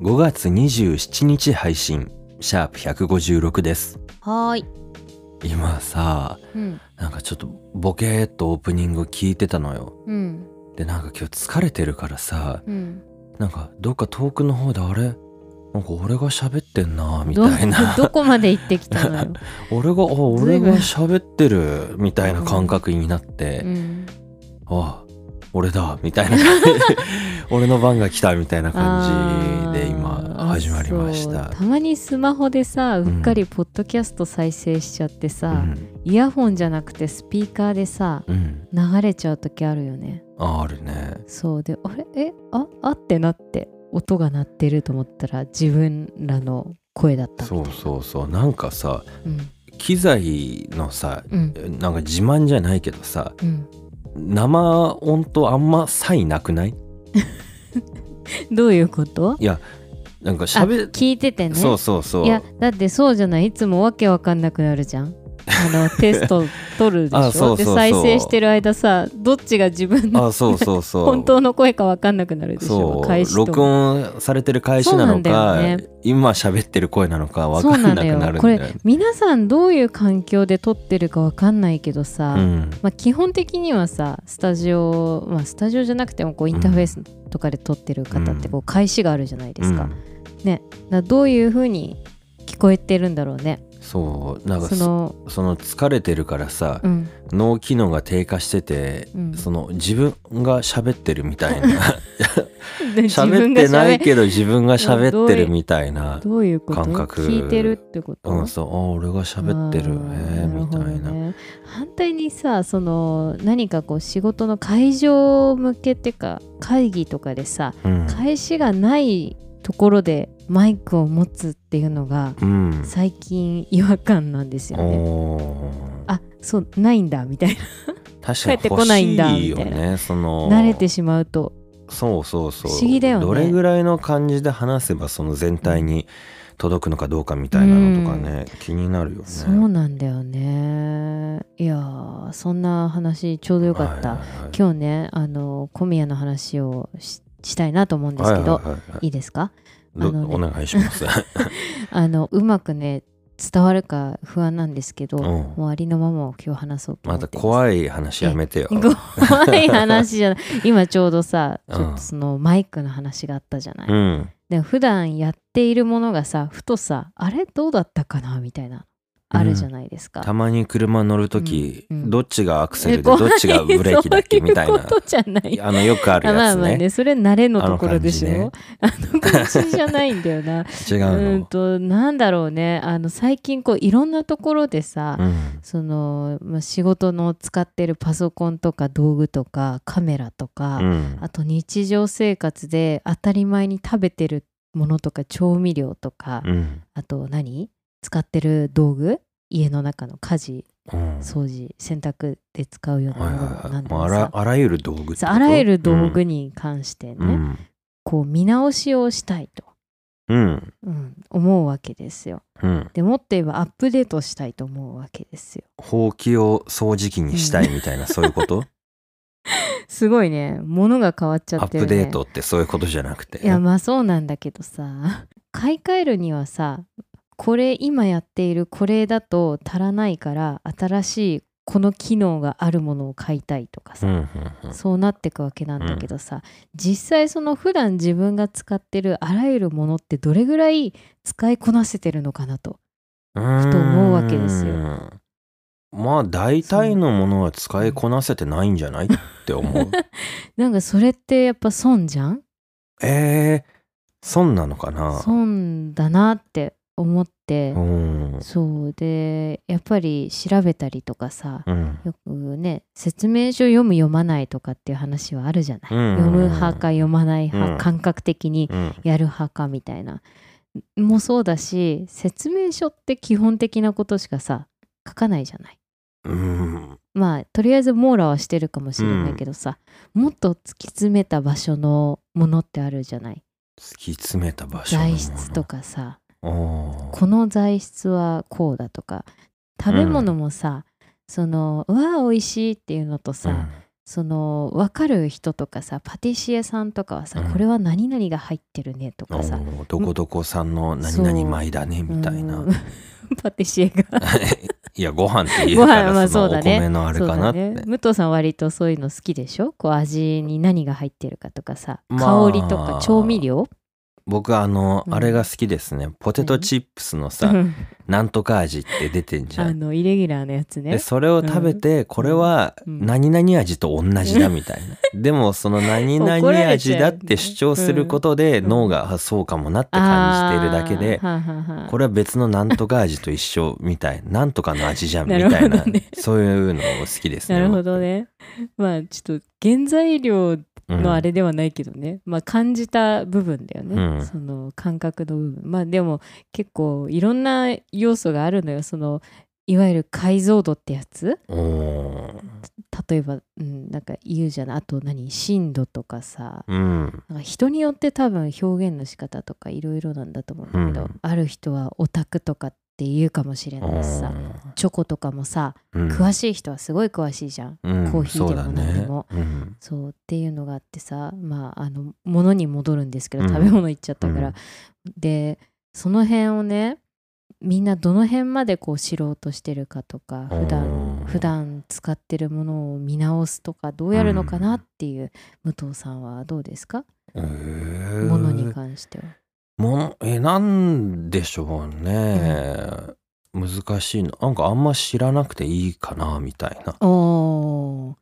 5月27日配信シャープ156ですはーい。今さうんなんかちょっとボケーっとオープニングを聞いてたのようんでなんか今日疲れてるからさうん。なんかどっか遠くの方であれなんか俺が喋ってんなみたいな どこまで行ってきたのよ。 俺があずいぶ俺んが喋ってるみたいな感覚になって、うん。あ俺だ みたいな感じ俺の番が来たみたいな感じで今あー始まりましそうたたまにスマホでさうっかりポッドキャスト再生しちゃってうさ、ん、イヤホンじゃなくてスピーカーでさうん、流れちゃう時あるよねああるねそうであれえああってなって音が鳴ってると思ったら自分らの声だったみたいそうなそうそうなんかさうん機材のさうんなんか自慢じゃないけどさうん生音とあんま差異なくないどういうことなんかあ喋っ聞いててねそうそうそういやだってそうじゃないいつもわけわかんなくなるじゃんあ のテスト取るでしょあそうそうそうで再生してる間さどっちが自 分のあそうそうそう本当の声かわかんなくなるでしょそ開う始と録音されてる開始なのそうなかんだよね今喋ってる声なのか分そかうんななのくよなるんこだよれね皆さんどういう環境で撮ってるかわかんないけどさ、うんまあ、基本的にはさスタジオ、まあ、スタジオじゃなくてもこうインターフェースとかで撮ってる方ってこう返しがあるじゃないですか,、うだかんらどういう風に聞こえてるんだろうねそうなんかそそそのの疲れてるからさ、うん 脳機能が低下してて、うんその自分が喋ってるみたいな 自喋分っがてな喋いけど自分が喋ってるみたいなどういうこと感覚聞いてるってこと、うんそうあ俺が喋ってるあーへえみたいるなほどね反対にさその何かこう仕事の会場向けてか会議とかでさうん返しがないところでマイクを持つっていうのがうん最近違和感なんですよね。おーあそうないんだみたい確かに帰ってこないんだ欲しいよみたねそなの慣れてしまうとそうそうそう不思議だよねどれぐらいの感じで話せばその全体に届くのかどうかみたいなのとかね、気になるよねそうなんだよね。いやーそんな話ちょうどよかった。はいはいはい今日ねあの小宮の話をししたいなと思うんですけど、はいいはいはいはいい、ですかどあのねお願いしますあのうまくね伝わるか不安なんですけど、うんもうありのままを今日話そうと思 まってたます怖い話やめて よ怖い話じゃない今ちょうどさうんちょっとそのマイクの話があったじゃない、うんで普段やっているものがさふとさあれどうだったかなみたいなあるじゃないですか、たまに車乗る時、うんうんどっちがアクセルでえ怖どいっちがブレーキだっけみたいそうないうことじゃないあのよくあるあまやあつまあねねそれ慣れのところでしょあの感じね感じじゃないんだよ なう違うんのとなんだろうねあの最近こういろんなところでさ、うんそのまあ仕事の使ってるパソコンとか道具とかカメラとか、うんあと日常生活で当たり前に食べてるものとか調味料とか、うんあと何使ってる道具家の中の家事うん掃除洗濯で使うようなはいもはいのはないんでもうもあさらあらゆる道具ってこさとあらゆる道具に関してね、うんこう見直しをしたいと、うんうん、思うわけですよ。うんでもっと言えばアップデートしたいと思うわけですよ。ほうきを掃除機にしたいみたいな、そういうことすごいね物が変わっちゃ アっッてプる、ね、デートってそういうことじゃなくていやまあそうなんだけどさ買い替えるにはさこれ今やっているこれだと足らないから新しいこの機能があるものを買いたいとかうさ、んうんうんそうなってくわけなんだけどさ、実際その普段自分が使ってるあらゆるものってどれぐらい使いこなせてるのかなと。ふと思うわけですようーんまあ大体のものは使いこなせてないんじゃないって思うなんかそれってやっぱ損じゃん えー、損なのかな損だなって思って、うんそうでやっぱり調べたりとかさ、うんよくね説明書読む読まないとかっていう話はあるじゃない、うん読む派か読まない派、うん感覚的にうんやる派かみたいなもそうだし説明書って基本的なことしかさ書かないじゃない。うんまあとりあえず網羅はしてるかもしれないけどさ、もっと突き詰めた場所のものってあるじゃない突き詰めた場所のもの材質とかさおーこの材質はこうだとか食べ物もさ、そのうわあ美味しいっていうのとさ、その分かる人とかさパティシエさんとかはさ、うんこれは何々が入ってるねとうん、おかさ、ーどこどこさんの何々米だねみたいなうん パティシエがいやご飯って 言うかご飯まらあそそのうおだね米のあれかなって、そうだね、武藤さん割とそういうの好きでしょこう味に何が入ってるかとかさ、まあ香りとか調味料僕あの、うんあれが好きですねポテトチップスのさ、 うんなんとか味って出てんじゃあんのイレギュラーのやつでねそれを食べて、これはうん何々味と同じだみたいな、でもその何々怒られち味ゃうだって主張することでうん脳があそうかもなって感じているだけで、あーはんはんはんこれは別のなんとか味と一緒みたいな なんとかの味じゃんみなたるほどいなねそういうのも好きですね。なるほどねまあちょっと原材料うんのあれではないけどね、まあ感じた部分だよね、うんその感覚の部分まあでも結構いろんな要素があるのよそのいわゆる解像度ってやつおー例えば、うん、なんか言うじゃないあと何深度とかさうんなんか人によって多分表現の仕方とかいろいろなんだと思うんだけど、うんある人はオタクとかって言うかもしれないしさチョコとかもさ詳ししい人はすごい詳しいじゃん。いコーヒーでも何でもうんそうっていうのがあってさまああの物に戻るんですけど、うん食べ物いっちゃったから、うんでその辺をねみんなどの辺までこう知ろうとしてるかとか普う段ん普段使ってるものを見直すとかどうやるのかなっていう、武藤さんはどうですかそうだねものに関しては。もえなんでしょうね、難しいのなんかあんま知らなくていいかなみたいなおー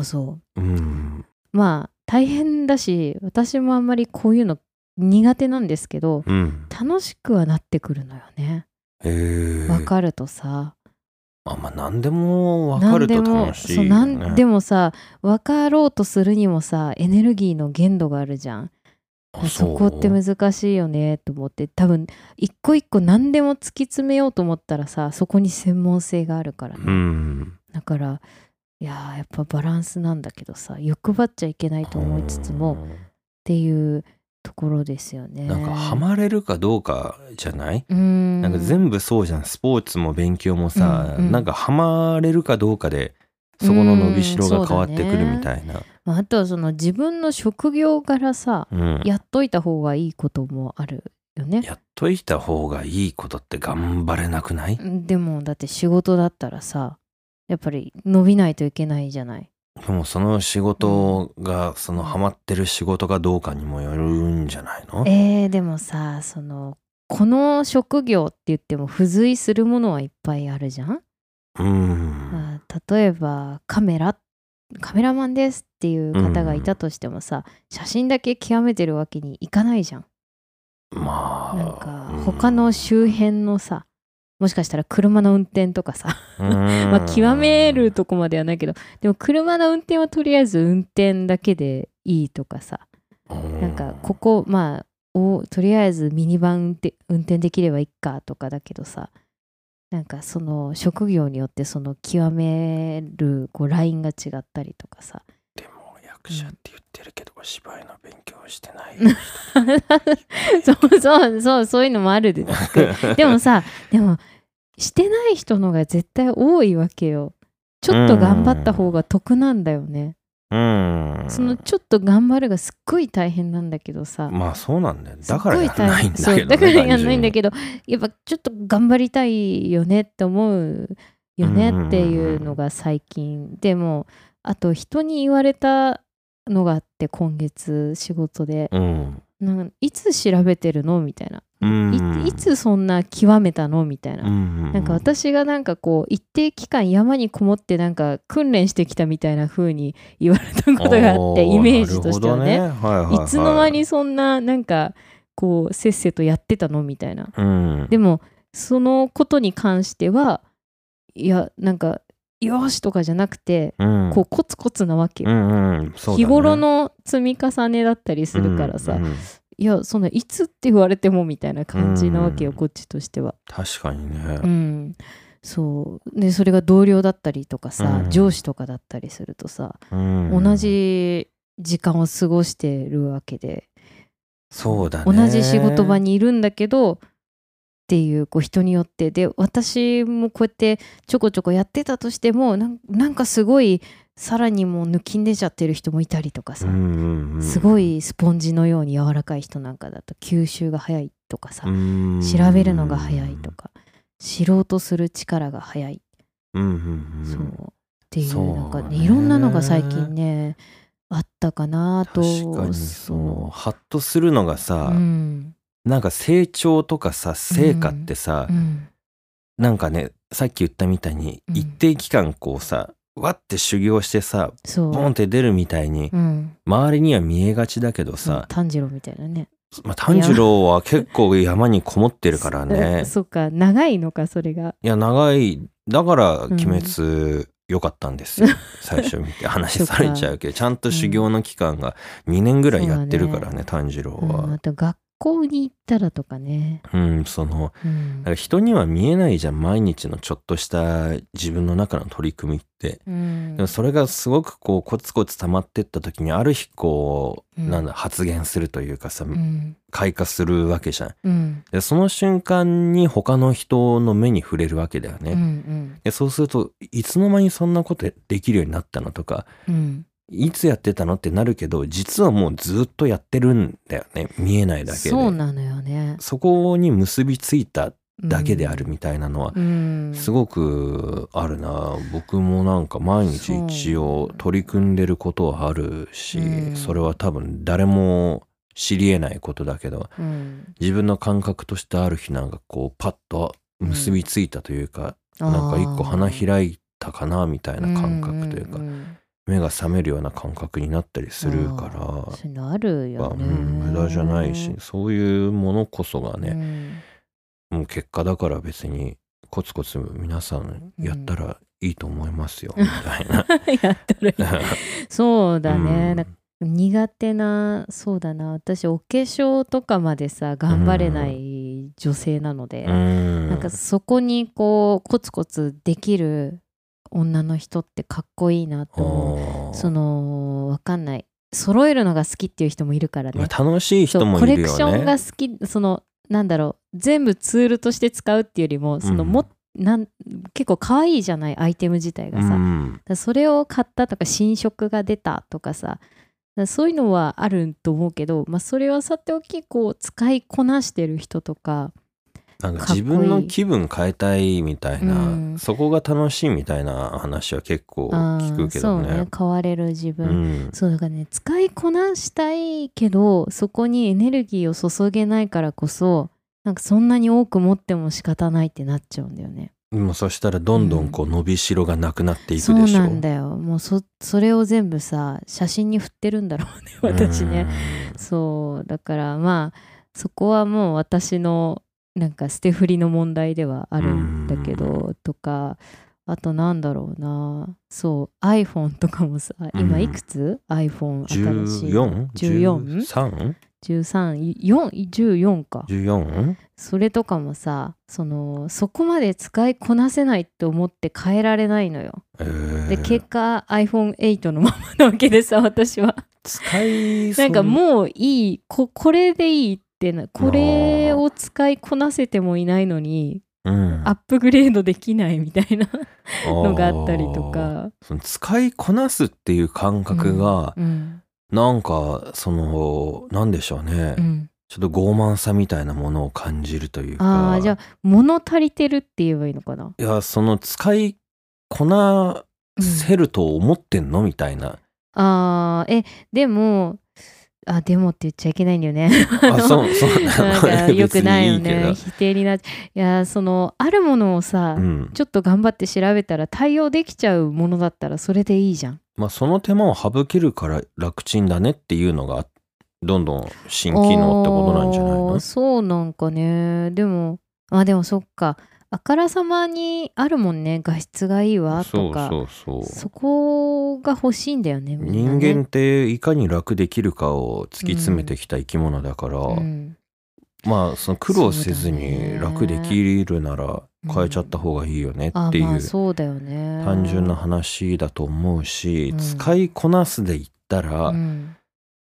あそううんまあ大変だし私もあんまりこういうの苦手なんですけどうん楽しくはなってくるのよね。へえわかるとさ、あまあ何でも分か何るでとも楽しそいよ、うね、なんでもさ分かろうとするにもさエネルギーの限度があるじゃんあそうこって難しいよねと思って多分一個一個何でも突き詰めようと思ったらさそこに専門性があるからね、うんだからいやーやっぱバランスなんだけどさ欲張っちゃいけないと思いつつも、っうんていうところですよねなんかハマれるかどうかじゃない、うんなんか全部そうじゃんスポーツも勉強もさ、うんうんなんかハマれるかどうかでそこの伸びしろが変わってくるみたいな、まああとはその自分の職業からさうんやっといた方がいいこともあるよねやっといた方がいいことって頑張れなくないでもだって仕事だったらさやっぱり伸びないといけないじゃないでもその仕事がそのハマってる仕事かどうかにもよるんじゃないのえー、でもさそのこの職業って言っても付随するものはいっぱいあるじゃん、うんあー例えばカメラカメラマンですっていう方がいたとしてもさ、写真だけ極めてるわけにいかないじゃんまあなんか他の周辺のさもしかしたら車の運転とかさまあ、極めるとこまではないけどでも車の運転はとりあえず運転だけでいいとかさなんかここまあおとりあえずミニバン運転運転できればいいかとかだけどさなんかその職業によってその極めるこうラインが違ったりとかさ でも役者って言ってるけど芝居の勉強して ないそうそうそうそういうのもあるで でもさでもしてない人のが絶対多いわけよちょっと頑張った方が得なんだよね、うんそのちょっと頑張るがすっごい大変なんだけどさ、まあそうなんだよすっだごからいやんないん大だけ変そうどだからやんんないんだけどやっぱちょっと頑張りたいよねって思うよねっていうのが最近でもあと人に言われたのがあって今月仕事でうんなんかいつ調べてるのみたいな、うんいいつそんな極めたのみたいな、なんか私がなんかこう一定期間山にこもってなんか訓練してきたみたいな風に言われたことがあってイメージとしてはねいつの間にそんななんかこうせっせとやってたのみたいなうんでもそのことに関してはいやなんかよしとかじゃなくてうんこうコツコツなわけうよ、んうんそうだ日ね頃の積み重ねだったりするからさ、うんうんいやそんないつって言われてもみたいな感じなわけよ、うんこっちとしては。確かにね、うん、そうでそれが同僚だったりとかさ、うん上司とかだったりするとさ、うん同じ時間を過ごしてるわけで、そうだね同じ仕事場にいるんだけどっていうこう人によってで私もこうやってちょこちょこやってたとしてもなんなんかすごいさらにもう抜きんでちゃってる人もいたりとかさ、うんうんうんすごいスポンジのように柔らかい人なんかだと吸収が早いとかさ、うん調べるのが早いとか知ろうとする力が早い、うんうんうんそうっていそううなんか、ね、ねいろんなのが最近ねあったかなと確かにそうハッとするのがさ、うんなんか成長とかさ成果ってさ、うんなんかねさっき言ったみたいにうん一定期間こうさ、わって修行してさそうボンって出るみたいにうん、周りには見えがちだけどさ、炭治郎みたいなねまあ、炭治郎は結構山にこもってるからね そそっか長いのかそれがいや長いだからうん鬼滅良かったんですよ、 最初見て話されちゃうけどちゃんと修行の期間が2年ぐらいやってるからね,、炭治郎うん、はあ。と学校に行ったらとかね、うん、そのうんだから人には見えないじゃん毎日のちょっとした自分の中の取り組みって。うんでもそれがすごくこうコツコツ溜まってった時にある日こう、うんなんだ発言するというかさ、うん開花するわけじゃん。うんでその瞬間に他の人の目に触れるわけだよね。うんうんでそうするといつの間にそんなことできるようになったのとかうんいつやってたのってなるけど実はもうずっとやってるんだよね見えないだけでそうなのよねそこに結びついただけであるみたいなのは、うんすごくあるな僕もなんか毎日一応取り組んでることはあるし、うんそれは多分誰も知り得ないことだけどうん自分の感覚としてある日なんかこうパッと結びついたというか、なんか一個花い開いたかなみたいな感覚というか、んん目が覚めるような感覚になったりするからうん、そういうのあるやっよぱね、うん無駄じゃないしそういうものこそがね、うんもう結果だから別にコツコツ皆さんやったらいいと思いますよ、みたいな。 やってるそう だね、うんなんか苦手なそうだな私お化粧とかまでさ頑張れない女性なので、うんなんかそこにこうコツコツできる女の人ってかっこいいなと思あうーそのわかんない揃えるのが好きっていう人もいるからねまあ、楽しいそう人もコいレるクションよがね。好きそのなんだろう全部ツールとして使うっていうよりもそのうんも、なん結構可愛いじゃないアイテム自体がさ、だかん、らそれを買ったとか新色が出たとかさだからそういうのはあると思うけど、まあ、それはさておきこう使いこなしてる人とかなんかかっこいい自分の気分変えたいみたいなうんそこが楽しいみたいな話は結構聞くけどあーそうねね。買われる自う分、んそうだからね使いこなしたいけどそこにエネルギーを注げないからこそなんかそんなに多く持っても仕方ないってなっちゃうんだよね。でもそしたらどんどんこう伸びしろがなくなっていくそでうしょ。なんだよもうそそれを全部さ写真に振ってるんだろうね私ね、そうだからまあそこはもう私のなんか捨て振りの問題ではあるんだけどとかあとなんだろうなそう iPhone とかもさ今いくつ、iPhone 新しいの 14?13?14? 14?13?14 かそれとかもさそのそこまで使いこなせないと思って変えられないのよえーで結果 iPhone8 のままなわ けでさ私は使いなんかそうもういいここれでいいってなこれを使いこなせてもいないのにうんアップグレードできないみたいなのがあったりとあーか、その使いこなすっていう感覚が、うんなんかそのなんでしょうね、うん、ちょっと傲慢さみたいなものを感じるというかああじゃあ物足りてるって言えばいいのかな、いやその使いこなうんせると思ってんのみたいな、あーえでもあでもって言っちゃいけないんだよねあそうそう なんかのよくないよね別に否定になっちゃういやそのあるものをさ、うんちょっと頑張って調べたら対応できちゃうものだったらそれでいいじゃん。まあ、その手間を省けるから楽ちんだねっていうのがどんどん新機能ってことなんじゃないあーのそうなんかね。でも、あ、でもそっか。あからさまにあるもんね画質がいいわそとうかそうそうそこが欲しいんだよねみんな人ね間っていかに楽できるかを突き詰めてきた生き物だから、うんまあその苦労せずそうだにね楽できるなら変えちゃった方がいいよねあっていうまあそうだよね単純な話だと思うし、うん使いこなすで言ったら、うん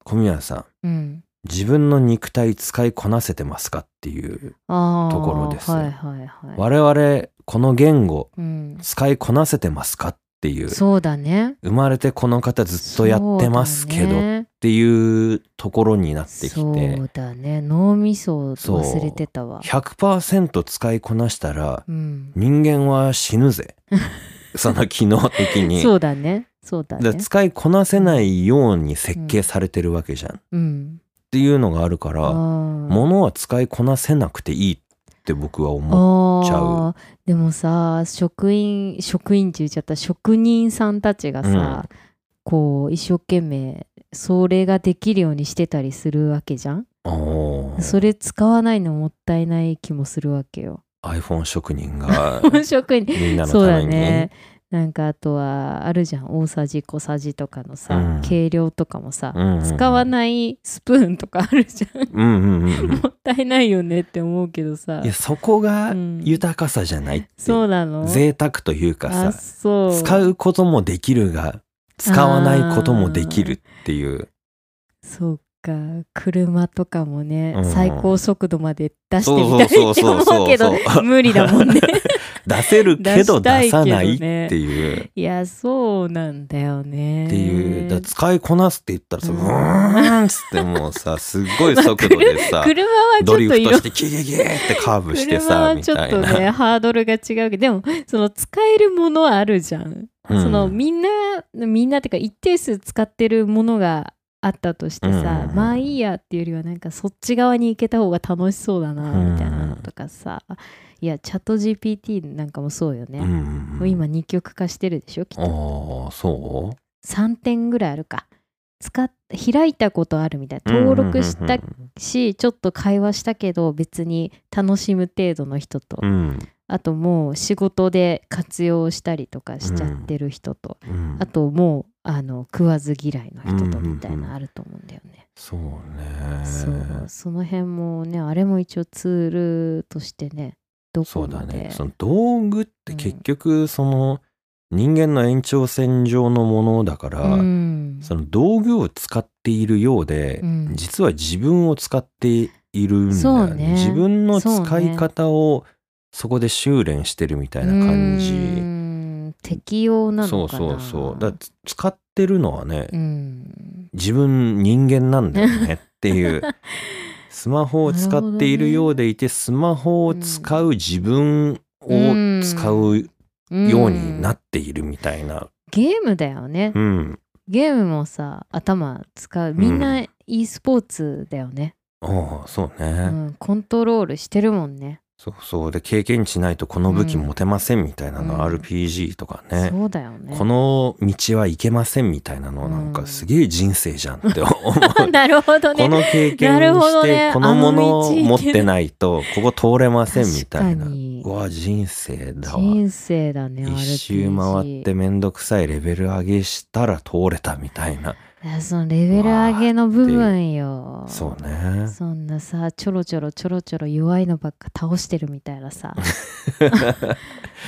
小宮さんうん自分の肉体使いこなせてますかっていう、あーところですはいはいはい、我々この言語うん、使いこなせてますかっていうそうだね生まれてこの方ずっとやってますけそうだどっねていうところになってきて、そうだね脳みそをそう忘れてたわ100%使いこなしたらうん、人間は死ぬ ぜその機能的にそうだねそうだだねから使いこなせないように設計されてるわけじゃん、っうんていうのがあるかあらー物は使いこなせなくていいって僕は思うあちゃうーでもさ職員職員って言っちゃった職人さんたちがさ、こう一生懸命それができるようにしてたりするわけじゃんあーそれ使わないのもったいない気もするわけよ iPhone 職人 が職員みんなのそうためだに、ねなんかあとはあるじゃん大さじ小さじとかのさ、うん計量とかもさ、うんうんうん使わないスプーンとかあるじゃんうんうん うんうんもったいないよねって思うけどさいやそこがうん豊かさじゃないって、そうなの贅沢というかあさそう使うこともできるが使わないこともできるっていうそうか車とかもね、うん最高速度まで出してみたいって思うけそうそうそうそどう無理だもん ね出せるけど出したい出けどさねないっていう。いやそうなんだよねっていう、だから使いこなすって言ったらさ、ううんーんっつってもう さ、すっごい速度でさ、車はちょドっとリ色フト々してキゲゲーってカーブして車さ、はみちょたっいとな。ねハードルが違うけどでもその使えるものはあるじゃん、うんそのみんなみんなってか一定数使ってるものがあったとしてさ、うんまあいいやっていうよりはなんかそっち側に行けた方が楽しそうだなみたいなのとかさ、いやチャット GPT なんかもそうよね、うんうんもうう。ん今二極化してるでしょきっあとーそう3点ぐらいあるか使っ開いたことあるみたいな登録したしちょっと会話したけど別に楽しむ程度の人と、うんうんあともう仕事で活用したりとかしちゃってる人と、うんうんあともうあの食わず嫌いの人とうんうんうんみたいなあると思うんだよね。そうそうねその辺もねあれも一応ツールとしてねどそこうだまねでその道具って結局その人間の延長線上のものだから、うんその道具を使っているようで、うん実は自分を使っているんだよそうねね自分の使そういね方をそこで修練してるみたいな感うじん適用なそのうかなそうそうだから使ってるのはね、うん自分人間なんだよねっていう スマホを使っているようでいて、スマホを使う自分を使うようんうになっているみたいな、ゲームだよね、うんゲームもさ頭使うみんうな e スポーツだよね、ああそうね、うんコントロールしてるもんねそうそうで経験値ないとこの武器持てませんみたいなの、うん RPG とかね、そうだよねこの道はいけませんみたいなのなんかすげえ人生じゃんって思う なるほどねこの経験なるほしどてねこのものあの道行をけ持ってないとここ通れませんみたいな確かにうわ人生だわ人生だね一周 RPG 回ってめんどくさいレベル上げしたら通れたみたいな、いやそのレベル上げの部分よそうねそんなさちょろちょろちょろちょろ弱いのばっか倒してるみたいな さ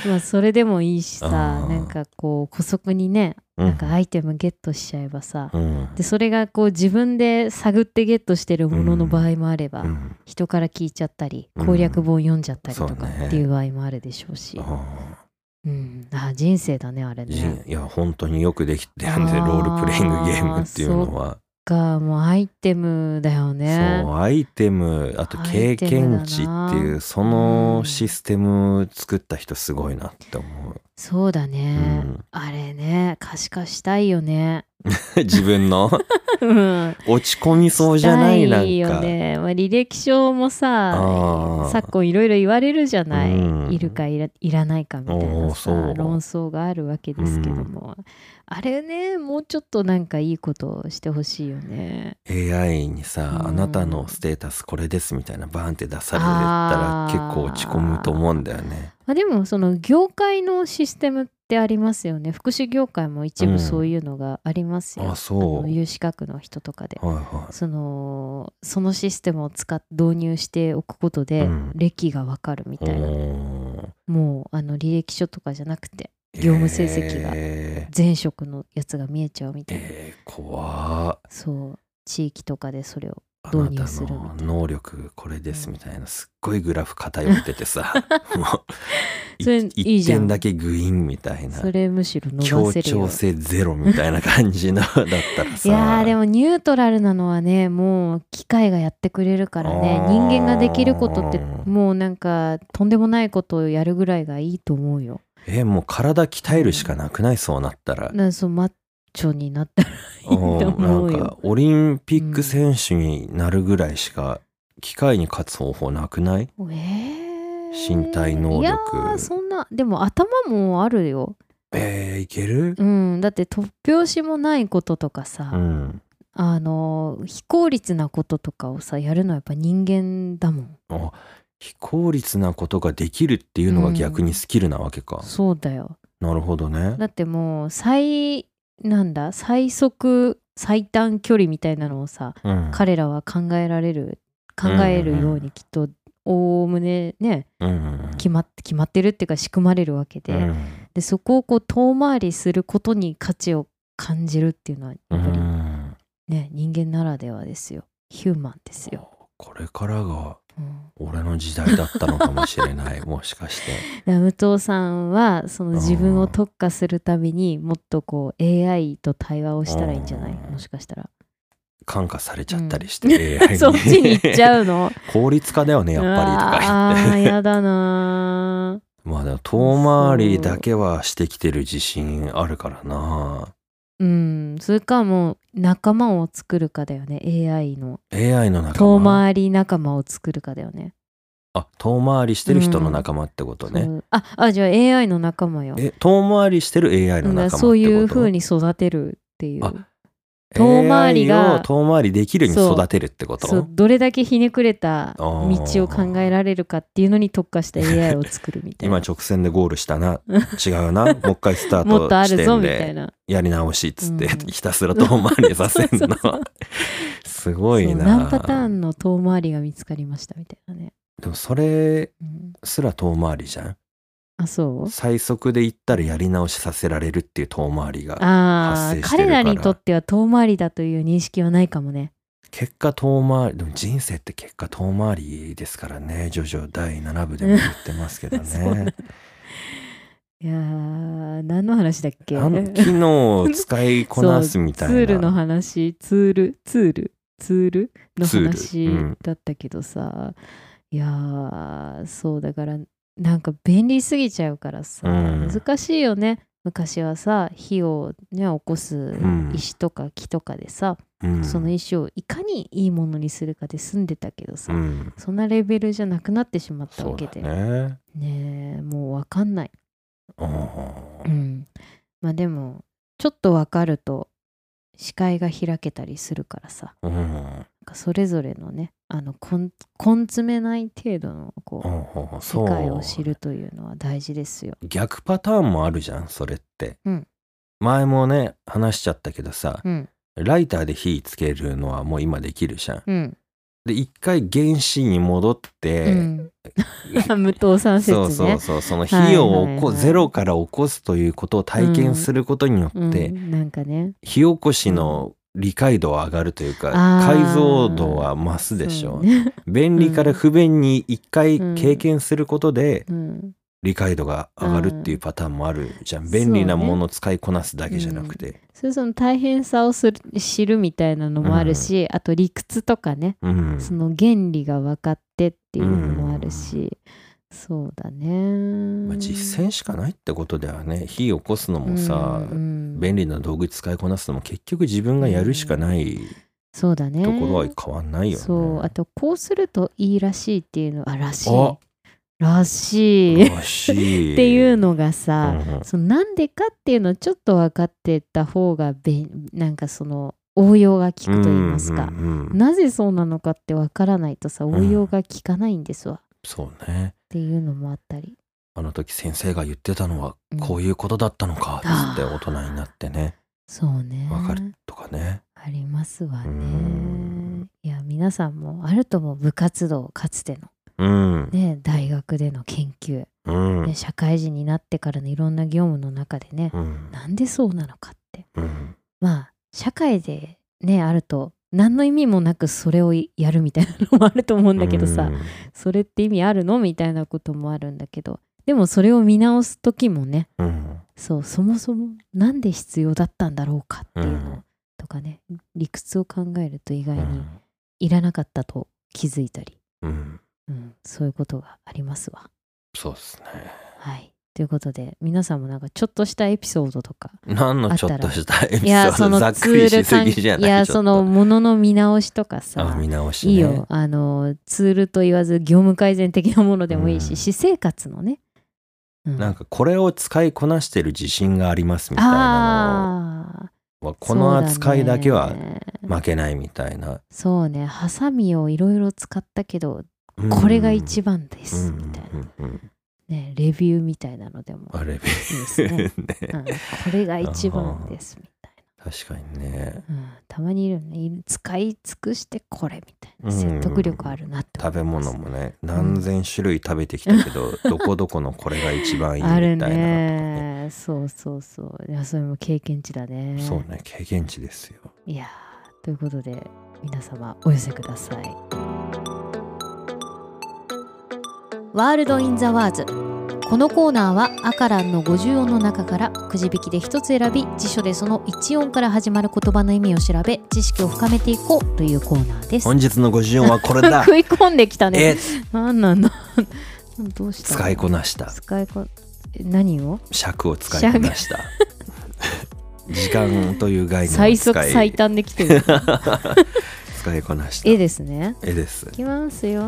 まあそれでもいいしさあーなんかこう姑息にねうんなんかアイテムゲットしちゃえばさ、うんでそれがこう自分で探ってゲットしてるものの場合もあれば、うん人から聞いちゃったりうん攻略本読んじゃったりとそうかねっていう場合もあるでしょうし、あうん、あ人生だねあれー人ね。いや本当によくできてるんであーロールプレイングゲームっていうのはがもうアイテムだよね。そうアイテムあと経験値アイってテムだいうなそのうんシステム作った 人すごいなって思う、そうだね、うんあれね可視化したいよね自分のうん落ち込み そうじゃないなんしたいか。よね、まあ、履歴書もあさー昨今いろいろ言われるじゃない、うんいるかいらいらないかみたいおなーさそう論争があるわけですけども、あれねもうちょっとなんかいいことをしてほしいよね AI にさ、うんあなたのステータスこれですみたいなバーンって出されたらあー結構落ち込むと思うんだよね。まあでもその業界のシステムってありますよね福祉業界も一うん部そういうのがありますよ、あそうの有資格の人とかではいはそのそのシステムを使っ導入しておくことでうん歴がわかるみい。たいな、おーもうあの履歴書とかじゃなくて業務成績がえー前職のやつが見えちゃうみたいな、えー怖っそう地域とかでそれをあな導入たするみたいなの能力これですみたいなすっごいグラフ偏ってて さもうそれいいい一じゃん点だけグインみたいなそれむしろ伸ば協せるよ調性ゼロみたいな感じのだったらいさやーでもニュートラルなのはねもう機械がやってくれるからねあー人間ができることってもうなんかとんでもないことをやるぐらいがいいと思うよ。えもう体鍛えるしかなくないそうなったらだからそうマッチョになったらいいとおー思うなんよ。かオリンピック選手になるぐらいしか機械に勝つ方法なくない、えー身体能い力やーそんなでも頭もあるよ。えー、いけるうん、だって突拍子もないこととかさ、うんあのー非効率なこととかをさやるのはやっぱ人間だもん非効率なことができるっていうのが逆にスキルなわけか、そうだよなるほどねだってもう最なんだ最速最短距離みたいなのをさうん彼らは考えられる考えるようにきっとおおむねねうん決まって決まってるっていうか仕組まれるわけで,、うんでそこをこう遠回りすることに価値を感じるっていうのはやっぱりうんね、人間ならではですよヒューマンですよ。これからがうん俺の時代だったのかもしれ ないもしかしてだから武藤さんはそのうん自分を特化するためにもっとこう AI と対話をしたらいいんじゃないうんもしかしたら感化されちゃったりして、AI に そっちに行っちゃうの 効率化だよねやっぱりとか言ってあーやだなまあでも遠回りだけはしてきてる自信あるからなーうんそれかもう仲間を作るかだよね AI の AI の仲間遠回り仲間を作るかだよねあ遠回りしてる人の仲間ってことね、そうああじゃあ AI の仲間よえ遠回りしてるだから AI の仲間ってことそういう風に育てるっていうあ遠回りが AI を遠回りできるように育てるってこそうとどれだけひねくれたあー道を考えられるかっていうのに特化した AI を作るみたい 今な。直線でゴールしたな違 うなもう一回スターもっとトあ地るぞ点みたいでな。やり直しっつって、うんひたすら遠回りさせんそうのそうそうすごいなそう何パターンの遠回りが見つかりましたみたいなね。でもそれうんすら遠回りじゃんあそう最速で行ったらやり直しさせられるっていう遠回りがあ発あ生してる彼かららにとっては遠回りだという認識はないかもね。結果遠回りでも人生って結果遠回りですからねジョジョ第7部でも言ってますけ どそうなんねだいやー何の話だっけあの機能を使いこなすみたいなツールの話ツールツールツールのツール話うんだったけどさ、いやーそうだからなんか便利すぎちゃうからさ、うん難しいよね昔はさ火を、ね、起こすん石とか木とかでさ、うんその石をいかにいいものにするかで済んでたけどさ、うんそんなレベルじゃなくなってしまったそわうけだでねねえもうわかんない。うんうん、まあでもちょっとわかると視界が開けたりするからさうんうんなんかそれぞれのねあのこん根詰めない程度のうこんうんうそ世う界を知るというのは大事ですよ。逆パターンもあるじゃんそれって、うん前もね話しちゃったけどさ、うんライターで火つけるのはもう今できるじゃん。うんで一回原子に戻って、うん 無糖酸説ね。そうそうそうその火を起こ、はいはいはいゼロから起こすということを体験することによって、うん、なんかね火起こしの理解度は上がるというか、あー解像度は増すでしょそうう。ね便利から不便に一回うん経験することでうん理解度が上がるっていうパターンもあるじゃん。うん便利なものを使いこなすだけじゃなくて。それその大変さをする知るみたいなのもあるし、あと理屈とかねうん。その原理が分かってっていうのもあるし、そうだね。まあ、実践しかないってことだよね火起こすのもさ、うんうん便利な道具使いこなすのも結局自分がやるしかないそうだね。ところは変わんないよね。そうあとこうするといいらしいっていうのあらしいあらしいっらしいていうのがうんさ、うんそのなんでかっていうのをちょっと分かってた方がべんなんかその応用が効くと言いますかう、んうんうんなぜそうなのかって分からないとさん応用が効かないんですわ、っそうねていうのもあったりあの時先生が言ってたのはこういうことだったのかうんつって大人になってねそうねわかるとかねありますわうねんいや皆さんもあるとも部活動かつてのうんね大学での研究、うんね、社会人になってからのいろんな業務の中でね、うんなんでそうなのかってうんまあ社会でねあると何の意味もなくそれをやるみたいなのもあると思うんだけどさ、うんそれって意味あるのみたいなこともあるんだけどでもそれを見直す時もねうんそうそもそもなんで必要だったんだろうかっていうの、うんとかね理屈を考えると意う外にんいらなかったと気づいたり、うんうん、そういうことがありますわ。そうですねはいということで皆さんもなんかちょっとしたエピソードと か何のちょっとしたエいピソやそードざのっツくりールしす関ぎじゃ係いないやちょっとそのものの見直しとかあさ見直しねいいよあのツールと言わず業務改善的なものでもいいし、うん私生活のね、うんなんかこれを使いこなしてる自信がありますみたいなあのはーこの扱いだけそはうだね負けないみたいな、そうねハサミをいろいろ使ったけどうんこれが一番でうんすみたいうんうんうんな、ね、レビューみたいなのでもあれいいですね、 うん、こねれが一番ですみたい確かにねな、うん、たまにいるよねいる使い尽くしてこれみたいなう説ん得力あるなって思食べいます物もね何千種類食べてきたけど、どこどこのこれが一番いいみたいなのとか あるねねそうそうそういやそれも経験値だねそうね経験値ですよいやーということで皆様お寄せくださいワールド・イン・ザ・ワーズこのコーナーはアカランの50音の中からくじ引きで一つ選び辞書でその1音から始まる言葉の意味を調べ知識を深めていこうというコーナーです本日の54はこれ だ食い込んできたねえなんなんだどうしたの使いこなした使いこえ何を尺を使いこなした時間という概念を使最い速最短できて る使いこなした絵ですね絵ですいきますよ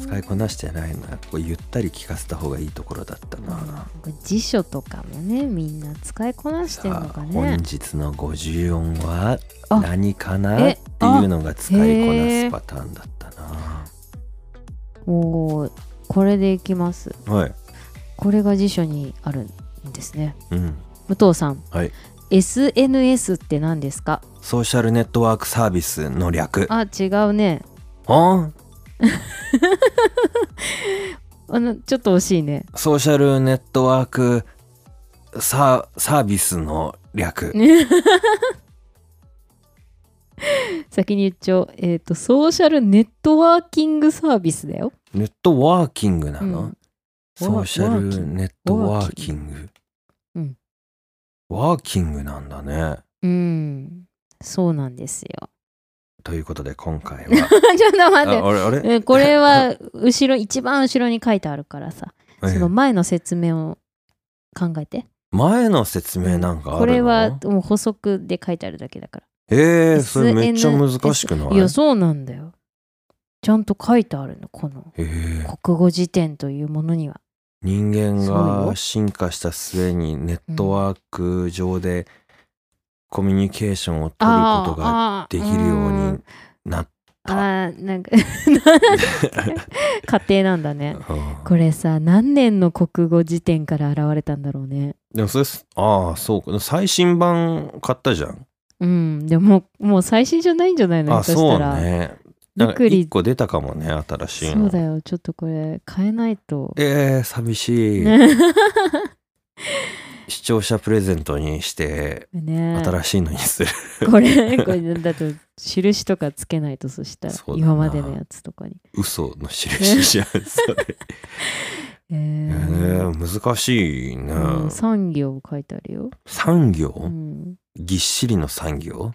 使いこなしてないなこうゆったり聞かせた方がいいところだったな、辞書とかもねみんな使いこなしてるのさあか本ね日の50音はあ何かなっえていうのが使いこなすパターンだったなおーこれでいきますはいこれが辞書にあるんですねうん武藤さん、はい SNS って何ですかソーシャルネットワークサービスの略あ違うねあんあのちょっと惜しいねソーシャルネットワークサーサービスの略、 先に言っちゃおうえっ、とソーシャルネットワーキングサービスだよネットワーキングなの、うんソーシャルネットワーキングうんワーキングなんだねうんそうなん ですよということで 今回はちょっとあ待ってあれあれ、えこれは後ろ一番後ろに書いてあるからさええその前の説明を考えて。前の説明なんかあるのこれはもう補足で書いてあるだけだかえー、ら。それめっちゃ SNS 難しくないいや、そうなんだよ。ちゃんと書いてあるの、このえー国語辞典というものには。人間そうがよ進化した末にネットワーク上でコミュニケーションを取ることがあできるようになっあーうんあー、なんか 家庭なんだね。た、 うんこれさ、何年の国語辞典から現れたんだろうね。でもそれすああそうか最新版買ったじゃんうん、でももう、もう最新じゃないんじゃないのあ下手しそたうら。ねゆなっんかくり1個出たかもね新しいそうのだよ、ちょっとこれ、変えないと。えー、寂しい、視聴者プレゼントにして ね新しいのにする これこれだと印とかつけないとそしたらそうだな今までのやつとかに。嘘の印じゃんそれええーー、難しいうんな、産業書いてあるよ、産う業ん。ぎっしりの産業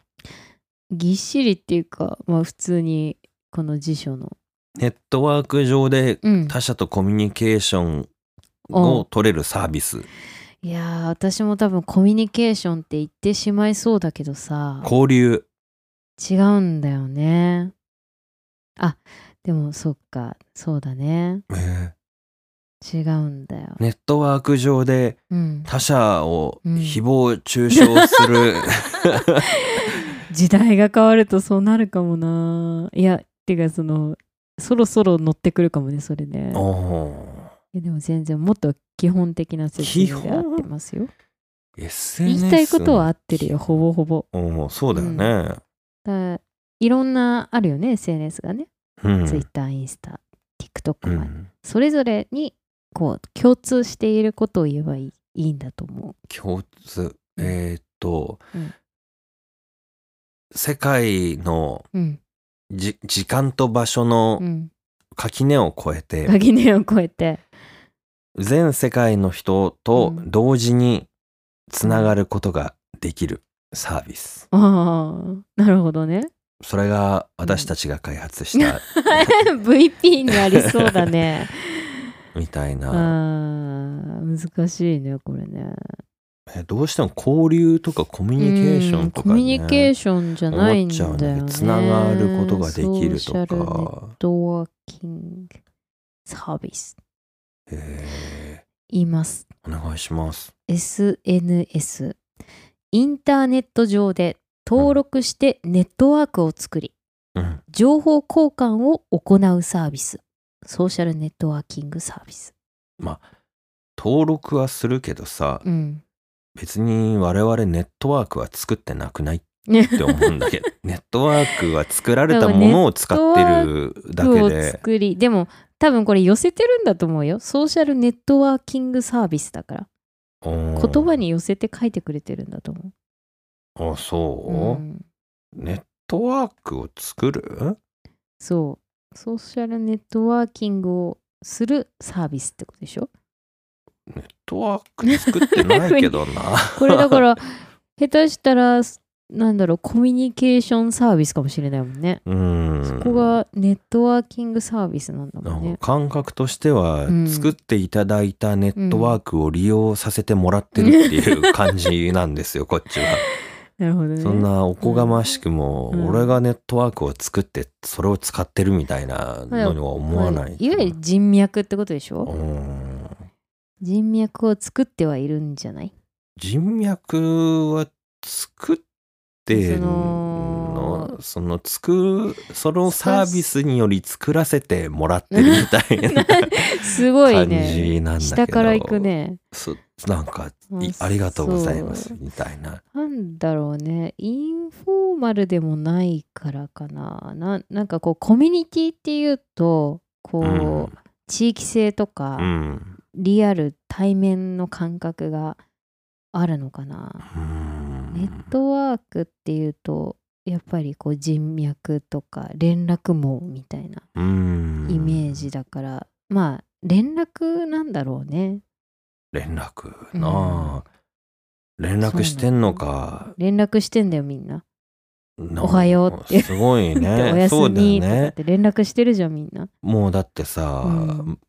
ぎっしりっていうか、まあ、普通にこの辞書のネットワーク上でうん、他者とコミュニケーションを取れるサービス、いやー私も多分コミュニケーションって言ってしまいそうだけどさ交流違うんだよねあでもそっかそうだねえー違うんだよ、ネットワーク上でうん、他者をうん誹謗中傷す る、時代が変わるとそうなるかもないやてかそのそろそろ乗ってくるかもねそれねおいやでも全然もっと基本的な説明で合ってますよー SNS 言いたいことは合ってるよほぼほぼおーそうだよね、だいろんなあるよね SNS がね、うんツイ Twitter インスタ TikTok うまで、ん、それぞれにこう共通していることを言えばいいいいんだと思共通えーっと、うん世界のううんじ時間と場所のうん垣根を越えて、垣根を越えて全世界の人とうん同時につながることができるサービスああなるほど ねそれが私たちが開発した VP にありそうだねみた いあな、ー難しいねこれねえどうしても交流とかコミュニケーションとか、ね、うんコミュニケーションじゃないんだよ思っちゃうねんだけどつながることができソーるとシャルネッかトワーキングサービスえ言いますーお願いします SNS インターネット上で登録してネットワークを作りうん情報交換を行うサービスソーシャルネットワーキングサービス登録はするけどさ、うん別に我々ネットワークは作ってなくないって思うんだけ どネットワークは作られたものを使ってるだ けをで作りでも多分これ寄せてるんだと思うよソーシャルネットワーキングサービスだから言言葉に寄せて書いてくれてるんだと思あう、そう、うんネットワークを作るそうソーシャルネットワーキングをするサービスってことでしょネットワーク作ってないけどなこれだから下手したらなんだろうコミュニケーションサービスかもしれないもんね、 うんそこがネットワーキングサービスなんだなもんんかね感覚としては、うん作っていただいたネットワークを利用させてもらってるっていう感じなんです よ、こっちは。なるほどねそんなおこがましくも、うん俺がネットワークを作ってそれを使ってるみたいなのには思わない。まあいわゆる人脈ってことでしょうん人脈を作ってはいるんじゃない人脈は作ってんそののその作るそのサービスにより作らせてもらってるみたいな すごい感ねじなんだけど下から行くねそなんかいあありがとうございまそすみたいななんだろうねインフォーマルでもないからかなななんかこうコミュニティっていうとこう、うん地域性とか、うんリアル対面の感覚があるのかな、うんネットワークっていうとやっぱりこう人脈とか連絡網みたいなうんイメージだから、まあ連絡なんだろうね連絡なあ、連絡してんのか連絡してんだよみんな、なおはようってすごいだって おねやすそうだみよとかっねて連絡してるじゃんみんなもうだってさ、うん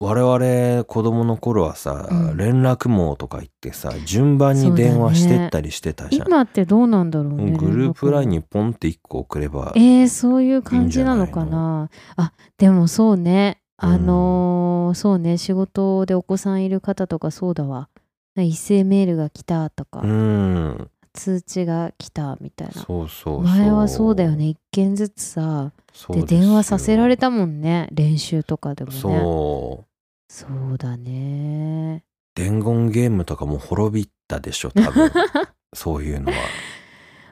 我々子供の頃はさ、うん連絡網とか言ってさ順番に電話してったりしてたじゃん、今ってどうなんだろうねグループ連絡ラインにポンって1個送ればえー、そういう感じなのかいいんじゃなあでもそうねあのーそうね仕事でお子さんいる方とかそうだわ一斉メールが来たとか、うん通知が来たみたいなそうそうそう前はそうだよね一件ずつさそうですよ電話させられたもんね練習とかでもねそうそうだね伝言ゲームとかも滅びったでしょ 多分そういうのは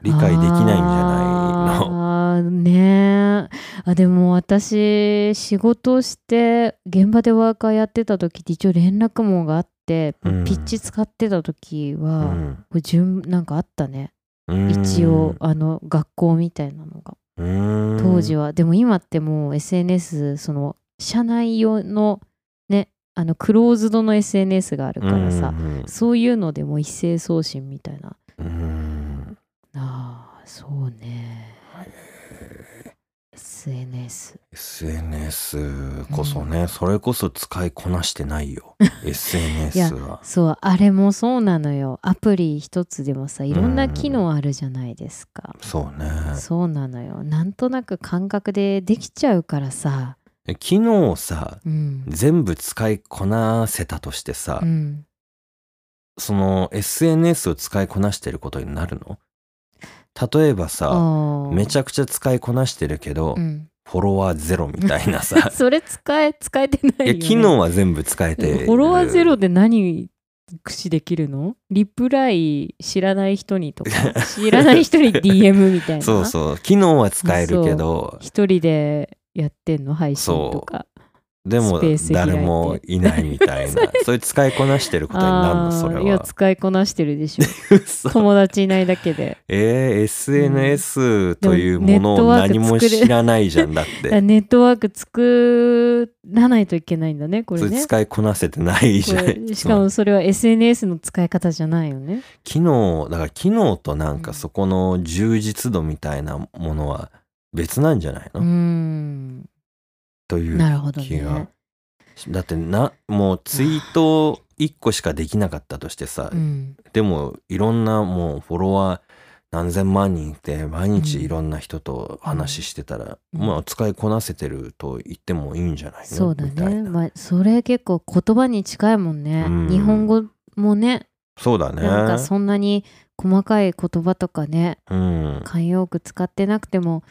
理解できないんじゃないのあーねえあでも私仕事をして現場でワーカーやってた時って一応連絡網があって、うんピッチ使ってた時は、こうんれ順なんかあったね、うん一応あの学校みたいなのがうん当時は、でも今ってもう SNS その社内用のねあのクローズドの SNS があるからさ、うんそういうのでもう一斉送信みたいなうんあーそうね SNS SNS こそね、それこそ使いこなしてな いよ SNS は。そうあれもそうなのよアプリ一つでもさいろんな機能あるじゃないですか、そうね。そうなのよなんとなく感覚でできちゃうからさえ昨日さうん、全部使いこなせたとしてさ、うん、その SNS を使いこなしてることになるの例えばさめちゃゃくちゃ使いこなしてるけど、うん、フォロワーゼロみたいな さそれ使え使えてないいよ、やね、機能は全部使えてるフォロワーゼロで何駆使できるのリプライ知らない人に とか知らない人に DM みたいなそうそう機能は使えるけど一人でやってんの配信とかでもスペース開いて誰もいないみ たいなそういう使いこなしてることになるのそれあーいやは使いこなしてるでしょ 嘘友達いないだけでえー SNS というでもものを何もネットワーク作れ知らないじゃんだっ だからてネットワーク作らないといけないんだねこれそれね使いこなせてないじゃこんれしかもそれは SNS の使い方じゃないよね機能だから機能となんうかんそこの充実度みたいなものは別なんじゃないの、うんというなるほど気が、ねだってなもうツイート1個しかできなかったとしてさ、うんでもいろんなもうフォロワー何千万人いて毎日いろんな人と話してたら、うんまあ使いこなせてると言ってもいいんじゃないのそうだみたいね、な、まあ、それ結構言葉に近いもんね、うん日本語もねそうだねなんかそんなに細かい言葉とかねうん慣用句使ってなくても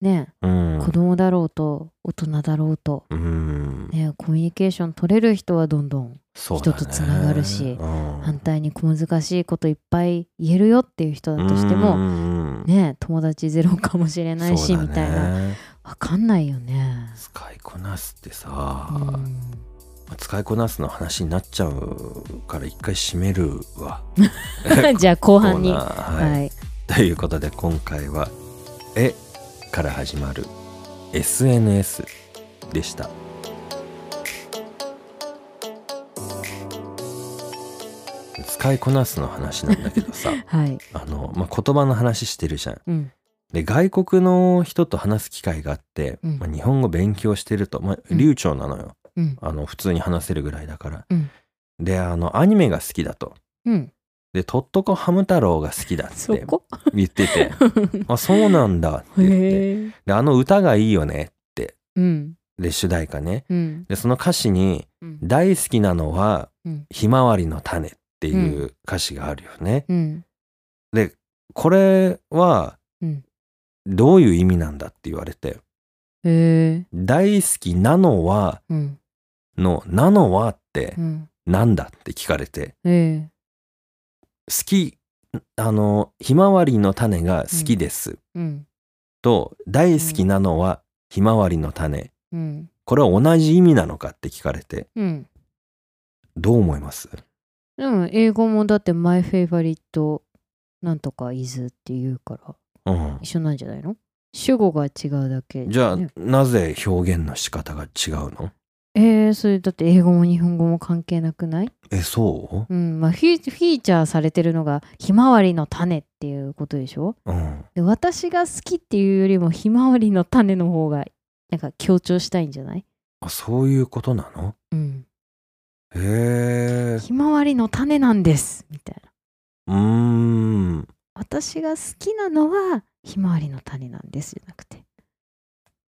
ね、うん子供だろうと大人だろうと、うんね、コミュニケーション取れる人はどんどんそうだね人とつながるしうん反対に小難しいこといっぱい言えるよっていう人だとしても、もね、友達ゼロかもしれないし、みたいななわかんないよね。使いこなすってさ、うまんあ使いこなすの話になっちゃうから一回締めるわ じゃあ後半に。コーナはーはいい、ということで今回は「え」から始まる SNS でした使いこなすの話なんだけど さはい、あの、まあ、言葉の話してるじゃんうん、で外国の人と話す機会があって、うんまあ、日本語勉強してると、まあ、うん流暢なのよ、うん、あの普通に話せるぐらいだから、うんであのアニメが好きだとうん、で「とっとこハム太郎」が好きだっそてこ言って てあそうなんだって言ってへえ。であの歌がいいよねうん、で主題歌ねうん、でその歌詞にうん「大好きなのはうんひまわりの種」っていう歌詞があるよね、うん、でこれはうんどういう意味なんだって言われてへえ。 「大好きなのは」うん、の「なのは」ってうん、なんだって聞かれてへえ。好きあの「ひまわりの種が好きですうん、」と「大好きなのはひまわりの種うん、」これは同じ意味なのかって聞かれてうん。どう思いますでも英語もだってマイフェイバリットなんとかイズって言うからうん一緒なんじゃないの主語が違うだけじゃあねなぜ表現の仕方が違うのえー、それだって英語も日本語も関係なくないえそうんまあフィーフィーチャーされてるのがひまわりの種っていうことでしょううんで私が好きっていうよりもひまわりの種の方がなんか強調したいんじゃないあそういうことなのうんへえひまわりの種なんですみたいなうーん私が好きなのはひまわりの種なんですじゃなくて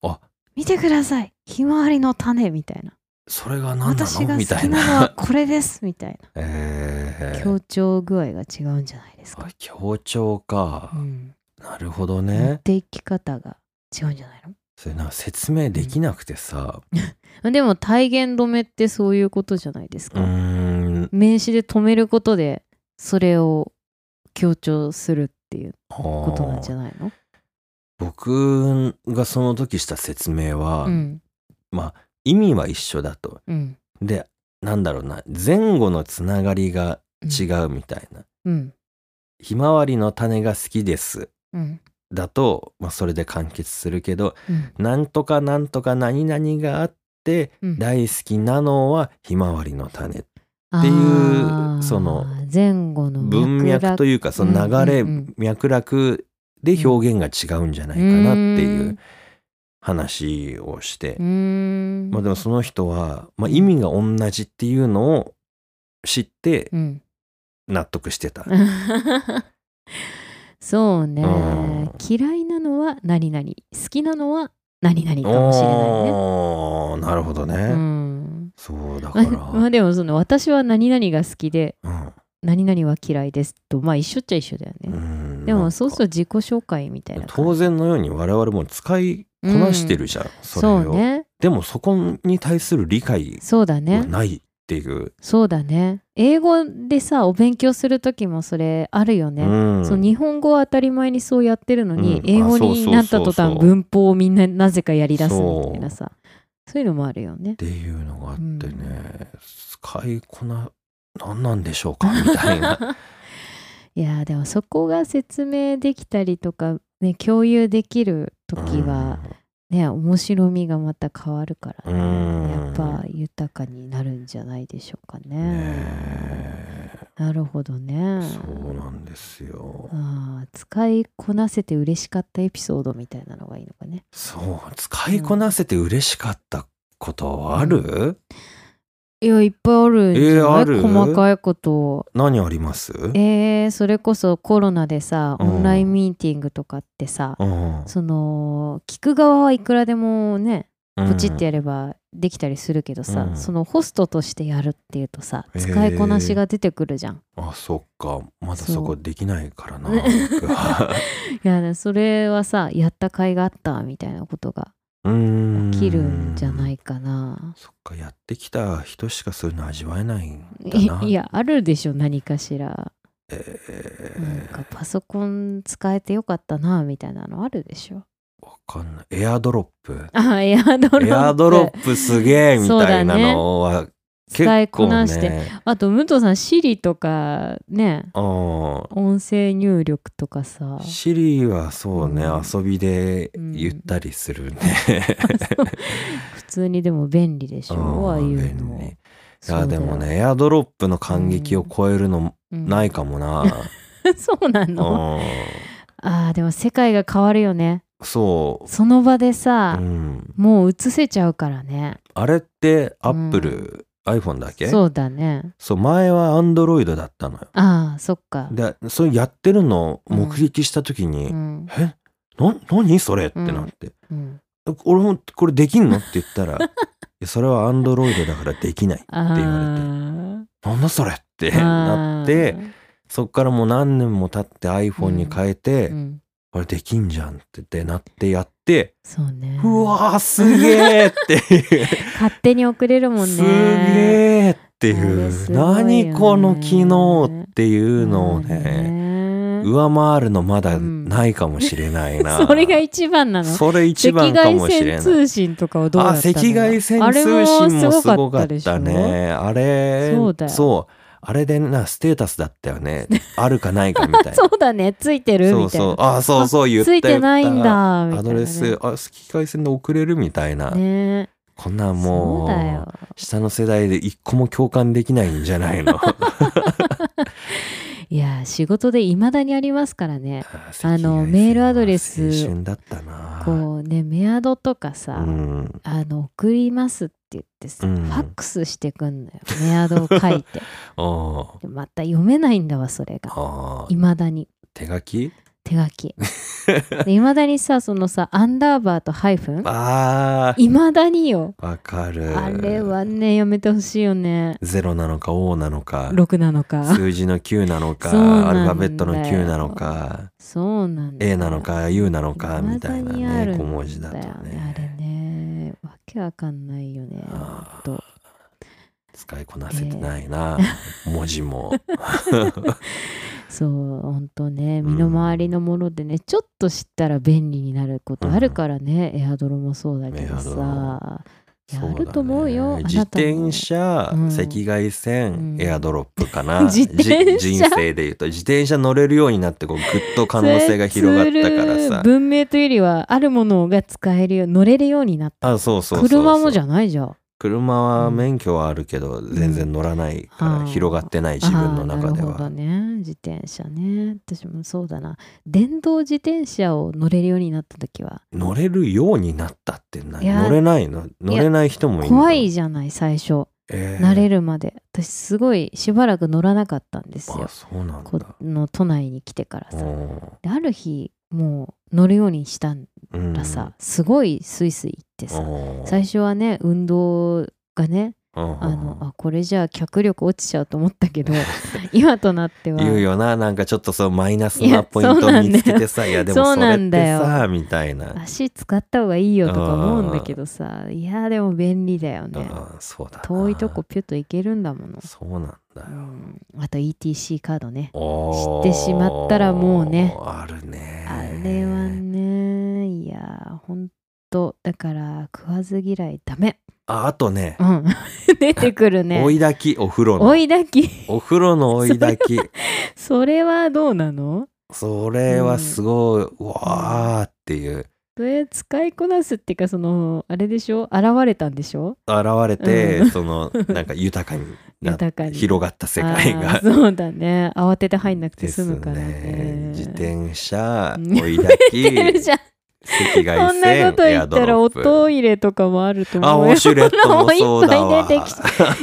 あ見てくださいひまわりの種みたいなそれが何な私がの好みきたいなのはなこれですみたい えなー強調具合が違うんじゃないですかあ、強調かうん、なるほど持っね。ていき方が違うんじゃないそれなんか説明できなくてさ、のでも体言止めってそういうことじゃないですうか、ーん、名詞で止めることでそれを強調するっていうこことなんじゃないの僕がその時した説明は、うん意味は一緒だと。うんで、なんだろうな、前後のつながりが違うみたいな。うんひまわりの種が好きです。うんだと、まあ、それで完結するけど、うんなんとかなんとか何々があって、うん大好きなのはひまわりの種。っていうあーその前後の文脈といういうかその流れ、うんうんうん脈絡で表現が違うんじゃないかなっていう話をしてうー、んまあでもその人は、まあ、意味が同じっていうのを知ってうん 納得してた。そうね、うん嫌いなのは何々好きなのは何々かもしれないねおーなるほどね。うんそうだかま ら、あまあでもその私は何々が好きでうん何々は嫌いですとまあ一緒っちゃ一緒だようね、んでなもんそうすると自己紹介みたいな感当じ然のように我々も使いこなしてるじゃん、それそをうねでもそこに対する理解そうだはねないっていう、そうだね英語でさお勉強する時もそれあるよね、うんそう日本語は当たり前にそうやってるのに、うん英語あそうそうそうにそうなった途端文法をみんななぜかやりだすみたいなさそういうのもあるよねっ。ていうのがあってうね、ん使いこな何なんでしょうかみたいないやーでもそこが説明できたりとか、ね、共有できる 時は、ね、面白みがまた変わるからね、うんやっぱ豊かになるんじゃないでしょうかね。うんねなるほどえね。そうなんですよあー使いこなせて嬉しかったエピソードみたいなのがいいのかね。そう使いこなせて嬉しかったことある、いやいっぱいあるんじゃない、えーある細かいこと。何ありますえー、それこそコロナでさうオんンラインミーティングとかってさ、うんその聞く側はいくらでもねうんポチってやればできたりするけどさ、うんそのホストとしてやるっていうとさへー使いこなしが出てくるじゃん。あそっかまだそうそこできないから な僕はいやそれはさやった甲斐があったみたいなことがうーん起きるんじゃないかな。そっかやってきた人しかそういうの味わえないんだいないやあるでしょ何かしら、えなんーかパソコン使えてよかったなみたいなのあるでしょ。わかんないエアドロップあエアドロップエアドロップすげえみたいなのは結構ね使いこなしてあと武藤さん Siri とかねう音声入力とかさんシリーはそうね、うん遊びでうん言ったりするね、普通にでも便利でしょ、うんああいう便の利いそうだやよでもねエアドロップの感激を超えるのうんないかかもな、 そうなのうああでも世界が変わるよねんそうその場でうさ、ん、もう映せちゃうからねあれってアップうル、iPhone だけそうだねそう前は Android だったのよああそっか、でそれやってるのを目撃した時に「うんえな何それ?」ってなってうん、 「俺もこれできんの?」って 言ったらいや「それは Android だからできない」あって言あわれて「なんだそれ?」ってあなあってそっからもう何年も経って iPhone に変えて「うん、これできんじゃん」ってでなってやってそうね「うわーすげえ!」っていう。勝手に送れる もんねすげえっていあれうすごいよね何この機能っていうのをねね上回るのまだないかもしれない な、それが一番なのそれ一番かもしれ赤外線ない通信とかをどうやあったの赤外線通信もすごかっあれたもすごかったでしょねあれそうだよあれでなステータスだったよ ねあるかないかみたいな そうだねついてるそうみたいそうなあそうそう言ったついてないん言っただみたいなねアドレスあ赤外線で送れるみたいな、ねこんなんもそうだよ下の世代で一個も共感できないんじゃな いのいや仕事でいまだにありますからねあのメールアドレス青春だったなこうねメアドとかさ、うん、あの送りますって言ってさ、うんファックスしてくんのよメアドを書い てあでまた読めないんだわそれあがああいまだに手書き手書きいまだにさそのさアンダーバーとハイフンあいまだによあわかるあれはねやめてほしいよねゼロなのか O なのか6なのか数字の9なのかそうなんだよアルファベットの9なのかそうなんだ A なのか U なのかみたいな未だにあねるん小文字だとだよねあれねねわけわかんないよねあほんと使いこなせてないな、文字もそうほんとね身の回りのものでね、ちょっと知ったら便利になることあるからね、エアドロもそうだけどエアドロさい やそうだねあると思うよ自転車、うん赤外線、うんエアドロップか な自転車じ人生でいうと自転車乗れるようになってこうぐっと可能性が広がったからそれツールさ文明というよりはあるものが使えるよ乗れるようになったあそうそうそうそう車もじゃないじゃん車はうん免許はあるけど全然乗らないかあらー広がってない自分の中あでーなるほどは。ね自転車ね私もそうだな電動自転車を乗れるようになった時は乗れるようになったって何いや乗れないの乗れない人もいるの怖いじゃない最初えー慣れるまで私すごいしばらく乗らなかったんですあよそうなんこだ。の都内に来てからさうである日もう乗るようにしたんらさ、すごいスイスイ行ってさうん最初はね運動がねうんあのあこれじゃあ脚力落ちちゃうと思った けど今となっては言うよななんかちょっとそうマイナス いなやポインそトうをなんだよ見つけてさいやでもそうそれなっんだてよさみたいな、足使った方がいいよとか思うんだけどさいやでも便利だようねん、そうだな遠いとこピュッと行けるんだもの、そうなんだうよん、あと ETC カードねおー知ってしまったらもうねあるねあれはねいやほんとだから食わず嫌いダメああとねうん 出てくるね追い炊きお風呂の追いだきお風呂の追い炊き それはどうなのそれはすごい、うわーっていうそれ使いこなすっていうかそのあれでしょ現れたんでしょ現れて、うん そのなんか豊かにな豊かに広がった世界あがーそうだね慌てて入んなくてです済むからねね自転車うん追い炊知ってる きじゃん赤外そんな線こと言ったエアらドロおップトイレとかもあると思うあよウォシュレットもそうだもわういっぱい出て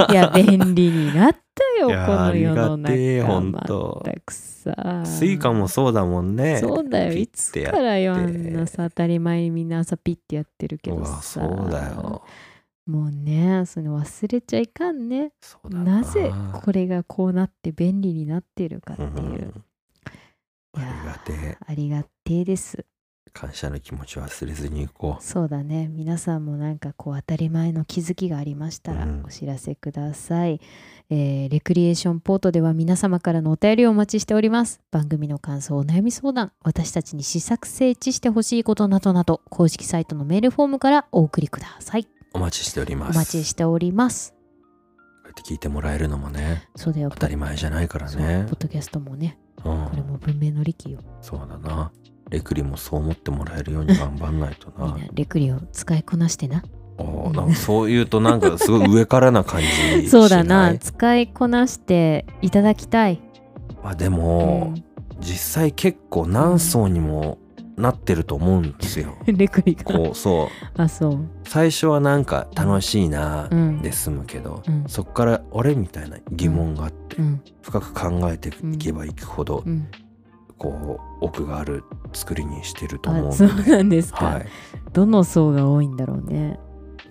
きていや便利になったよこいやの世のありがてえ中ほんとまったくさスイカもそうだもんねそうだよピいッつてやっからよあんなさ当たり前にみんな朝ピッてやってるけうどわさそうだよもうねその忘れちゃいかんねそうだなぜこれがこうなって便利になってるかってう、いうんいありやがてえありがてえです感謝の気持ち忘れずに行こうそうだね皆さんもなんかこう当たり前の気づきがありましたらうんお知らせください、えーレクリエーションポートでは皆様からのお便りをお待ちしております番組の感想お悩み相談私たちに試作整地してほしいことなどなど公式サイトのメールフォームからお送りくださいお待ちしておりおます待ちしておりますこうやって聞いてもらえるのもねそうだよ当たり前じゃないからそうねポッドキャストもねうこれんも文明の利器よそうだなレクリもそう思ってもらえる ように頑張んないとみんななレクリを使いこなしてなおーなんかそう言うとなんかすごい上からな感じしないそうだな使いこなしていただきたいまあでうもん、実際結構何層にもなってると思うんです よ。レクリがこうそあそうう最初はなんか楽しいなうんで済むけど、うんそっからあれみたいな疑問があって、うん深く考えていけばいくほど、うん、こう奥がある作りにしてると思あうそのうでなんですか、はい、どの層が多いんだろうね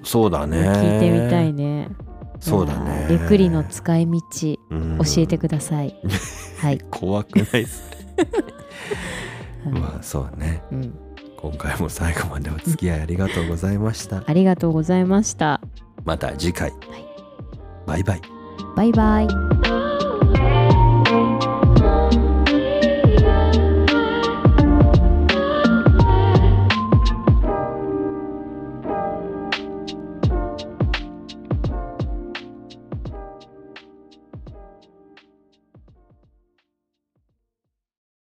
そうだね聞いてみたいねそうだねいやーレクリの使い道教うんえてくださ い、はい、怖くないっすねうん まあそうねうん、今回も最後までお付き合いありがとうございましたありがとうございましたまた次回、バイバイバイバイ